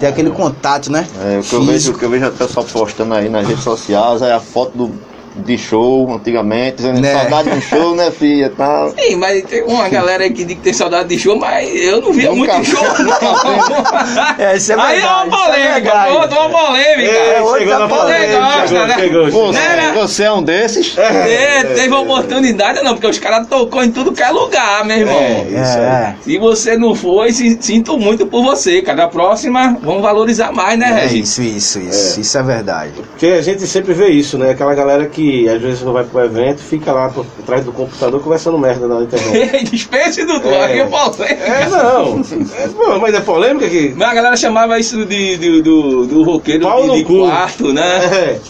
Speaker 3: Ter aquele contato, né?
Speaker 4: É, o que eu vejo, o que eu vejo o pessoal postando aí nas redes sociais, é a foto do de show antigamente, dizendo
Speaker 3: Né.
Speaker 4: saudade de um show, né, filha? Tá.
Speaker 2: Sim, mas tem uma galera aí que diz que tem saudade de show, mas eu não via
Speaker 4: Nunca
Speaker 2: muito
Speaker 4: vi.
Speaker 2: show, não.
Speaker 3: É, isso é
Speaker 2: aí é uma
Speaker 3: verdade, isso é
Speaker 2: polêmica,
Speaker 3: verdade.
Speaker 2: pronto, uma polêmica.
Speaker 1: Ei,
Speaker 3: outra
Speaker 1: É, chegou na
Speaker 2: polêmica,
Speaker 1: polêmica, chegou,
Speaker 2: né?
Speaker 1: chegou, chegou.
Speaker 4: Você,
Speaker 2: Né?
Speaker 4: você é um desses?
Speaker 2: É, teve uma oportunidade, não, porque os caras tocou em tudo que é lugar, meu irmão.
Speaker 1: Isso aí.
Speaker 3: É,
Speaker 2: Se você não foi, se- sinto muito por você, cara. Na próxima, vamos valorizar mais, né,
Speaker 3: é,
Speaker 2: Regis?
Speaker 3: isso, isso, isso. Isso é verdade.
Speaker 1: Porque a gente sempre vê isso, né? Aquela galera que às vezes não vai pro evento, fica lá por trás do computador conversando merda na internet.
Speaker 2: Dispense do
Speaker 1: É.
Speaker 2: aqui eu falei.
Speaker 1: é, não. É, pô, mas é polêmica que.
Speaker 2: Mas a galera chamava isso de, do, do, do roqueiro
Speaker 1: Pau
Speaker 2: de,
Speaker 1: no
Speaker 2: de
Speaker 1: cu.
Speaker 2: quarto, né?
Speaker 1: É.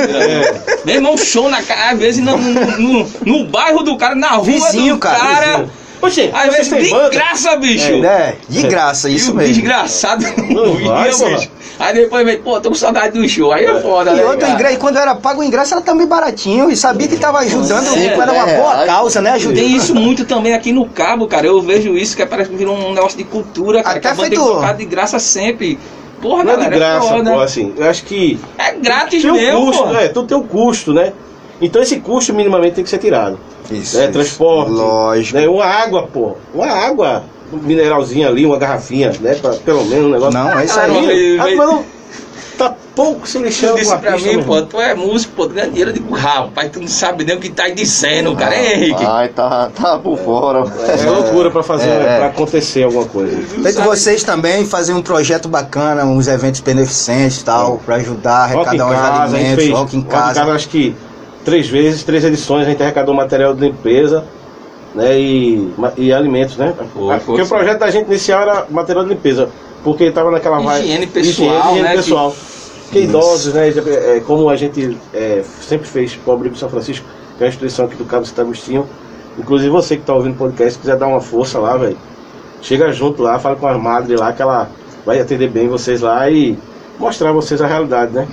Speaker 2: É. Meu irmão, show na cara, às vezes no, no, no- no bairro do cara, na rua
Speaker 3: Vizinho,
Speaker 2: do
Speaker 3: cara,
Speaker 2: cara.
Speaker 1: Vizinho. Oxê,
Speaker 2: Às
Speaker 1: vocês
Speaker 2: vezes
Speaker 1: têm
Speaker 2: de
Speaker 1: banda?
Speaker 2: graça, bicho.
Speaker 3: É, né? De graça,
Speaker 2: E
Speaker 3: isso
Speaker 2: o
Speaker 3: mesmo.
Speaker 2: desgraçado
Speaker 1: Não vai,
Speaker 2: ia, bicho. Aí depois vem, pô, tô com saudade do show. Aí é foda,
Speaker 3: E
Speaker 2: né?
Speaker 3: outra,
Speaker 2: cara?
Speaker 3: ingresso, quando era pago o ingresso, era também baratinho e sabia que tava ajudando,
Speaker 2: Sim,
Speaker 3: era uma
Speaker 4: é,
Speaker 3: boa
Speaker 4: aí-
Speaker 3: causa, né? Ajudei.
Speaker 2: Tem isso muito também aqui no Cabo, cara. Eu vejo isso, que parece que virou um negócio de cultura, cara. que
Speaker 3: Até
Speaker 2: a banda tem que
Speaker 3: feito-
Speaker 2: tocar de graça sempre. Porra,
Speaker 1: Não é de
Speaker 2: galera, é,
Speaker 1: graça,
Speaker 2: foda.
Speaker 1: pô, assim. Eu acho que
Speaker 2: é grátis
Speaker 1: tem um
Speaker 2: mesmo,
Speaker 1: custo,
Speaker 2: pô.
Speaker 1: é, tudo tem um custo, né? Então esse custo minimamente tem que ser tirado.
Speaker 3: Isso,
Speaker 1: É,
Speaker 3: isso.
Speaker 1: transporte.
Speaker 3: Lógico.
Speaker 1: Né? Uma água, pô. Uma água, um mineralzinho ali, uma garrafinha, né? Pra, pelo menos um negócio.
Speaker 3: Não, é isso
Speaker 1: Aí,
Speaker 3: aí.
Speaker 2: Veio,
Speaker 1: a
Speaker 2: veio.
Speaker 1: turma não- tá pouco se
Speaker 2: Tu
Speaker 1: lixando com
Speaker 2: disse
Speaker 1: a
Speaker 2: pra
Speaker 1: pista,
Speaker 2: mim,
Speaker 1: meu
Speaker 2: pô,
Speaker 1: irmão.
Speaker 2: tu é músico, pô, tu ganha dinheiro de rapaz, tu não sabe nem o que tá dizendo, cara. É, Henrique.
Speaker 1: Ah,
Speaker 4: Ai, tá, tá por fora.
Speaker 1: É
Speaker 4: velho.
Speaker 1: loucura pra fazer, né?
Speaker 3: É.
Speaker 1: pra acontecer alguma coisa.
Speaker 2: Tu
Speaker 3: Feito
Speaker 2: É, sabe-
Speaker 3: vocês também fazer um projeto bacana, uns eventos beneficentes e tal, pra ajudar,
Speaker 1: Rock em
Speaker 3: arrecadar uns
Speaker 1: casa, a gente
Speaker 3: alimentos,
Speaker 1: fez.
Speaker 3: rock em casa.
Speaker 1: acho que três vezes, três edições, a gente arrecadou material de limpeza. Né, e, ma- e alimentos, né?
Speaker 2: Foi, foi,
Speaker 1: porque o
Speaker 2: sim.
Speaker 1: projeto da gente inicial era material de limpeza, porque tava naquela vibe.
Speaker 2: Higiene pessoal, né, que-
Speaker 1: pessoal. Porque idosos, né? é, é, como a gente é, sempre fez com o Abrigo São Francisco, que é a instituição aqui do Cabo Santo Agostinho. Inclusive você que tá ouvindo o podcast, se quiser dar uma força lá, velho. Chega junto lá, fala com as madres lá, que ela vai atender bem vocês lá e mostrar a vocês a realidade, né?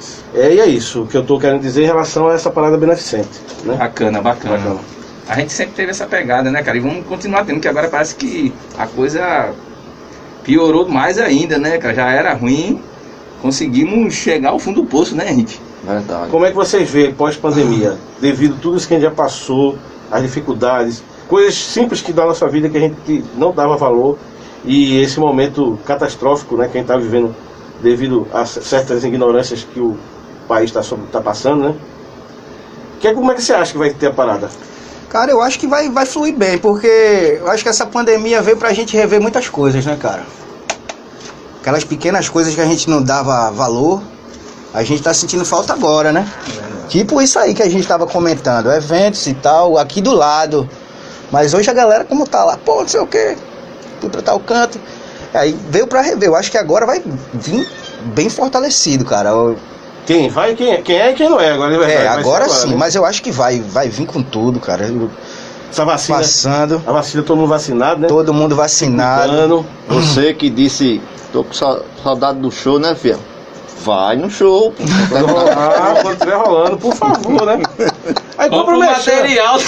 Speaker 3: Isso.
Speaker 1: É, e é isso que eu tô querendo dizer em relação a essa parada beneficente, né?
Speaker 2: Bacana, bacana.
Speaker 1: Bacana.
Speaker 2: A gente sempre teve essa pegada, né, cara? E vamos continuar tendo, que agora parece que a coisa piorou mais ainda, né, cara? Já era ruim, conseguimos chegar ao fundo do poço, né, Henrique?
Speaker 4: Verdade.
Speaker 1: Como é que vocês veem pós-pandemia, devido a tudo isso que a gente já passou, as dificuldades, coisas simples que da nossa vida que a gente não dava valor e esse momento catastrófico, né, que a gente tá vivendo devido a c- certas ignorâncias que o país está tá passando, né? Que, é- como é que você acha que vai ter a parada?
Speaker 3: Cara, eu acho que vai, vai fluir bem, porque eu acho que essa pandemia veio pra gente rever muitas coisas, né, cara? Aquelas pequenas coisas que a gente não dava valor, a gente tá sentindo falta agora, né? Tipo isso aí que a gente tava comentando, eventos e tal, aqui do lado. Mas hoje a galera, como tá lá, pô, não sei o quê, fui pra tal canto. Aí veio pra rever. Eu acho que agora vai vir bem fortalecido, cara. Eu-
Speaker 1: Quem vai, quem é, quem é e quem não é agora. vai- vai
Speaker 3: É,
Speaker 1: ser
Speaker 3: agora sim,
Speaker 1: né?
Speaker 3: mas eu acho que vai, vai vir com tudo, cara. Eu-
Speaker 1: Essa vacina,
Speaker 3: Passando.
Speaker 1: a vacina todo mundo vacinado, né?
Speaker 3: Todo mundo vacinado.
Speaker 1: Ano,
Speaker 4: Você que disse, tô com sa- saudade do show, né, filha? Vai no show. pô.
Speaker 1: Quando rolar, Ah, quando estiver rolando, por favor, né? Aí compra
Speaker 2: Compra
Speaker 1: o
Speaker 2: o
Speaker 1: merchan,
Speaker 2: material.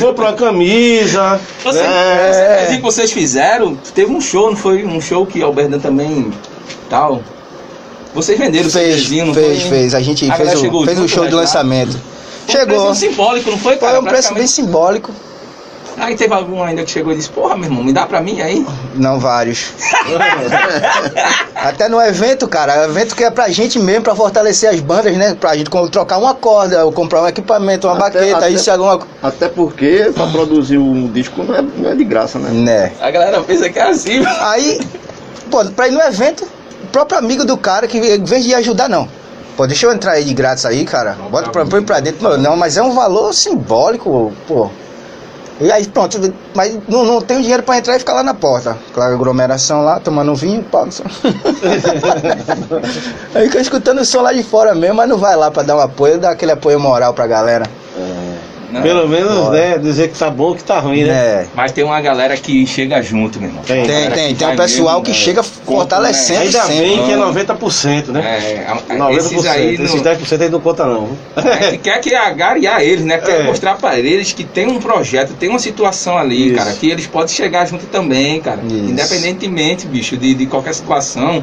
Speaker 1: compra uma camisa.
Speaker 2: Você,
Speaker 1: É.
Speaker 2: essa coisinha que vocês fizeram, teve um show, não foi? Um show que Alberdan também tal. Vocês venderam o
Speaker 3: Fez,
Speaker 2: CDzinho, não
Speaker 3: fez,
Speaker 2: foi?
Speaker 3: fez. A gente
Speaker 2: A
Speaker 3: fez
Speaker 2: galera
Speaker 3: o,
Speaker 2: chegou
Speaker 3: fez o
Speaker 2: junto,
Speaker 3: show
Speaker 2: né,
Speaker 3: de
Speaker 2: já?
Speaker 3: lançamento.
Speaker 2: Foi Um
Speaker 3: Chegou.
Speaker 2: preço simbólico, não foi, cara?
Speaker 3: Foi um preço bem
Speaker 2: Praticamente-
Speaker 3: simbólico.
Speaker 2: Aí teve algum ainda que chegou e disse, porra, meu irmão, me dá pra mim aí?
Speaker 3: Não vários. Até no evento, cara. Evento que é pra gente mesmo, pra fortalecer as bandas, né? Pra gente co- trocar uma corda, ou comprar um equipamento, uma
Speaker 4: Até-
Speaker 3: baqueta,
Speaker 4: até-
Speaker 3: isso e alguma
Speaker 4: Até porque pra produzir um disco não é, não é de graça, né?
Speaker 3: Né.
Speaker 2: A galera pensa que é assim,
Speaker 3: Aí, pô, pra ir no evento, o próprio amigo do cara que em vez de ajudar, não. Pô, deixa eu entrar aí de grátis aí, cara. Bota pra, põe pra dentro. Não, não, mas é um valor simbólico, pô. E aí, pronto, mas não, não tem dinheiro pra entrar e ficar lá na porta. Claro, aglomeração lá, tomando um vinho, pá, não sei. Aí fica escutando o som lá de fora mesmo, mas não vai lá pra dar um apoio, dar aquele apoio moral pra galera.
Speaker 2: Não.
Speaker 1: Pelo menos,
Speaker 3: É, Bora.
Speaker 1: né? Dizer que tá bom que tá ruim, né?
Speaker 3: É.
Speaker 2: Mas tem uma galera que chega junto, meu irmão.
Speaker 1: Tem.
Speaker 2: Uma
Speaker 3: Tem,
Speaker 2: galera
Speaker 3: tem,
Speaker 2: que
Speaker 3: tem um
Speaker 2: vai
Speaker 3: pessoal
Speaker 2: mesmo,
Speaker 3: que
Speaker 2: né?
Speaker 3: chega
Speaker 2: né?
Speaker 3: fortalecendo
Speaker 1: Ainda bem que é
Speaker 2: Não.
Speaker 1: 90%, né?
Speaker 2: É, a- a-
Speaker 1: 90%.
Speaker 2: esses aí
Speaker 1: Esses
Speaker 2: não,
Speaker 1: 10% aí não conta, não.
Speaker 2: a gente quer que agariar eles, né? Quer
Speaker 1: É.
Speaker 2: mostrar pra eles que tem um projeto, tem uma situação ali,
Speaker 1: Isso.
Speaker 2: cara, que eles podem chegar junto também, cara.
Speaker 3: Isso.
Speaker 2: Independentemente, bicho, de, de qualquer situação.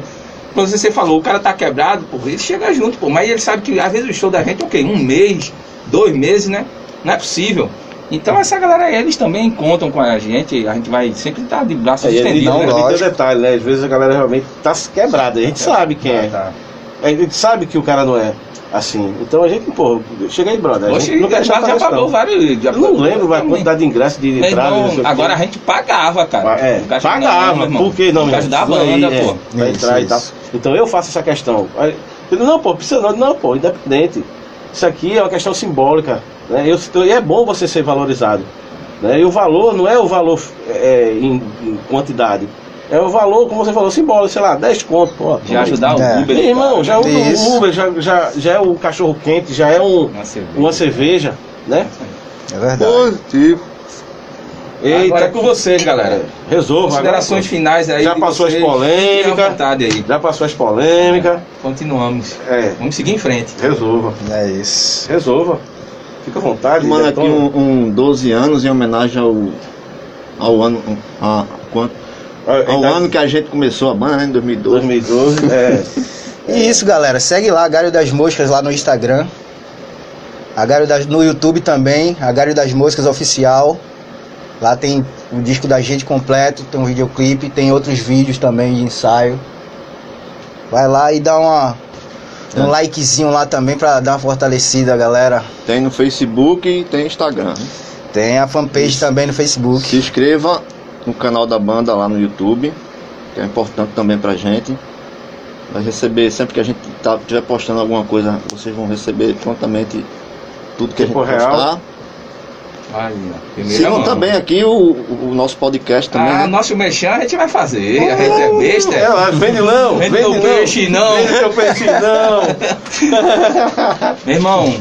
Speaker 2: Quando você falou, o cara tá quebrado, pô, ele chega junto, pô. Mas ele sabe que às vezes o show da gente, ok, um mês, dois meses, né? Não é possível. Então essa galera aí, eles também contam com a gente, a gente vai sempre estar de braços
Speaker 1: Aí, ele
Speaker 2: estendidos,
Speaker 1: É, não
Speaker 2: né?
Speaker 1: deu
Speaker 3: lógico.
Speaker 1: detalhe, né? Às vezes a galera realmente tá quebrada. A gente sabe quem é. A gente sabe que o cara não é assim. Então a gente, pô, chega aí, brother. A
Speaker 2: Oxe,
Speaker 1: gente não quer
Speaker 2: já,
Speaker 1: achar
Speaker 2: já
Speaker 1: isso,
Speaker 2: pagou
Speaker 1: não.
Speaker 2: vários. Já
Speaker 1: Eu não lembro mas a
Speaker 2: Também.
Speaker 1: quantidade de ingresso de
Speaker 2: Meu
Speaker 1: entrada. não sei
Speaker 2: irmão,
Speaker 1: o quê.
Speaker 2: Então, agora a gente pagava, cara.
Speaker 1: É,
Speaker 2: Por causa de
Speaker 1: pagava,
Speaker 2: nome, meu irmão.
Speaker 1: por que não?
Speaker 2: Por causa
Speaker 1: meu
Speaker 2: da
Speaker 1: irmão? Isso
Speaker 2: banda,
Speaker 1: aí,
Speaker 2: pô.
Speaker 1: é, pra
Speaker 3: Isso,
Speaker 1: entrar e tal.
Speaker 3: isso.
Speaker 1: Então eu faço essa questão. Aí, eu digo, não, pô, precisa não, não, pô, independente. Isso aqui é uma questão simbólica. Né? Eu, eu- e é bom você ser valorizado. Né? E o valor não é o valor é, em, em quantidade. É É o valor, como você falou, simbólico, sei lá, 10 conto, pô.
Speaker 2: Já ajudar o
Speaker 3: É.
Speaker 2: Uber. né?
Speaker 1: Meu irmão, já é
Speaker 3: Isso.
Speaker 1: o Uber, já, já, já é o cachorro quente, já é um,
Speaker 2: Uma cerveja.
Speaker 1: uma cerveja, né?
Speaker 3: É verdade.
Speaker 4: Positivo.
Speaker 1: Eita,
Speaker 2: Agora é com vocês, galera.
Speaker 1: Resolva.
Speaker 2: Considerações
Speaker 1: agora.
Speaker 2: finais aí.
Speaker 1: Já
Speaker 2: de
Speaker 1: passou as
Speaker 2: vocês.
Speaker 1: polêmicas.
Speaker 2: Fiquem à vontade aí.
Speaker 1: Já passou as polêmicas.
Speaker 2: Continuamos.
Speaker 1: É,
Speaker 2: Vamos seguir em frente.
Speaker 1: resolva.
Speaker 3: É isso.
Speaker 1: Resolva. Fica à vontade.
Speaker 4: Mano, aqui
Speaker 1: Ah, detona.
Speaker 4: um, um 12 anos em homenagem ao. ao ano. A, quanto?
Speaker 1: Ah,
Speaker 2: um
Speaker 4: Ao
Speaker 1: idade-
Speaker 4: ano que a gente começou a banda, né? Em 2012.
Speaker 1: 2012. É.
Speaker 3: E isso, galera. Segue lá, Agário das Moscas, lá no Instagram. Agário das... no YouTube também. Agário das Moscas Oficial. Lá tem o disco da gente completo, tem um videoclipe, tem outros vídeos também de ensaio. Vai lá e dá uma.
Speaker 2: É.
Speaker 3: Um likezinho lá também pra dar uma fortalecida, galera.
Speaker 4: Tem no Facebook e tem Instagram. né?
Speaker 3: Tem a fanpage também no Facebook.
Speaker 4: Se inscreva no canal da banda lá no YouTube, que é importante também pra gente. Vai receber, sempre que a gente tá, tiver postando alguma coisa, vocês vão receber prontamente tudo que a gente
Speaker 1: Tempo real.
Speaker 4: postar.
Speaker 2: Olha, primeira
Speaker 4: Sigam
Speaker 2: mão.
Speaker 4: também aqui o, o nosso podcast também.
Speaker 2: Ah,
Speaker 4: né?
Speaker 2: nosso mexão a gente vai fazer. A gente é besta.
Speaker 1: É, lá, vende não,
Speaker 2: Vende teu peixe, não.
Speaker 1: Vende teu peixe não.
Speaker 2: Meu irmão,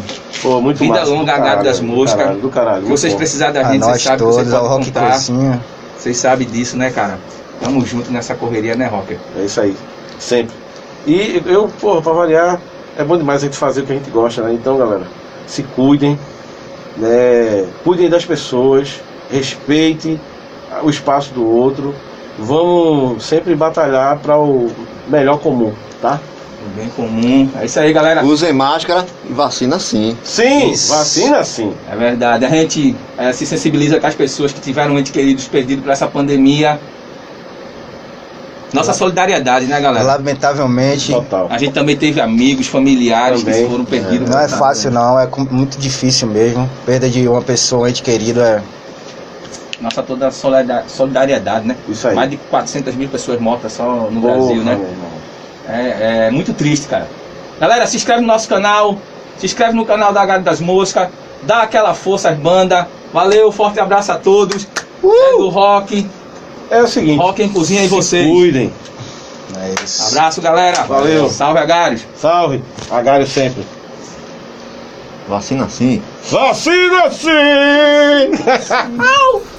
Speaker 1: Pô, muito
Speaker 2: Vida
Speaker 1: massa, do
Speaker 2: longa,
Speaker 1: caralho,
Speaker 2: Agado das
Speaker 1: do
Speaker 2: Moscas.
Speaker 1: caralho, Do caralho.
Speaker 2: se
Speaker 1: muito
Speaker 2: vocês
Speaker 1: bom.
Speaker 2: precisarem da
Speaker 3: A
Speaker 2: gente,
Speaker 3: nós
Speaker 2: vocês sabem, vocês
Speaker 3: todos, ao
Speaker 2: podem
Speaker 3: Rock
Speaker 2: contar.
Speaker 3: Coisinha.
Speaker 2: Vocês sabem disso, né, cara? Tamo junto nessa correria, né, Rocker?
Speaker 1: É isso aí, sempre. E eu, porra, pra variar, é bom demais a gente fazer o que a gente gosta, né? Então, galera, se cuidem, né? Cuidem das pessoas, respeitem o espaço do outro. Vamos sempre batalhar para o melhor comum, tá?
Speaker 2: O Bem comum. É isso aí, galera.
Speaker 4: Usem máscara e vacina sim.
Speaker 1: Sim,
Speaker 3: Isso.
Speaker 1: vacina sim.
Speaker 2: É verdade. A gente eh, se sensibiliza com as pessoas que tiveram entes queridos perdidos por essa pandemia. Nossa solidariedade, né, galera?
Speaker 3: Lamentavelmente,
Speaker 1: Total.
Speaker 2: A gente também teve amigos, familiares
Speaker 1: Também.
Speaker 2: que foram perdidos.
Speaker 3: não é fácil não, é com- muito difícil mesmo. Perda de uma pessoa, um ente querido é.
Speaker 2: Nossa toda solida- solidariedade, né?
Speaker 1: Isso aí.
Speaker 2: Mais de 400 mil pessoas mortas só no
Speaker 1: Porra,
Speaker 2: Brasil, né?
Speaker 1: meu irmão.
Speaker 2: É, é muito triste, cara. Galera, se inscreve no nosso canal, se inscreve no canal da Galho das Moscas, dá aquela força às bandas. Valeu, forte abraço a todos. É do rock,
Speaker 1: É o seguinte.
Speaker 2: rock em cozinha
Speaker 1: Se
Speaker 2: e vocês.
Speaker 1: cuidem.
Speaker 3: É isso.
Speaker 2: Abraço, galera.
Speaker 1: Valeu.
Speaker 2: Salve, Agários.
Speaker 1: Salve. Agário sempre.
Speaker 4: Vacina sim.
Speaker 1: Vacina sim!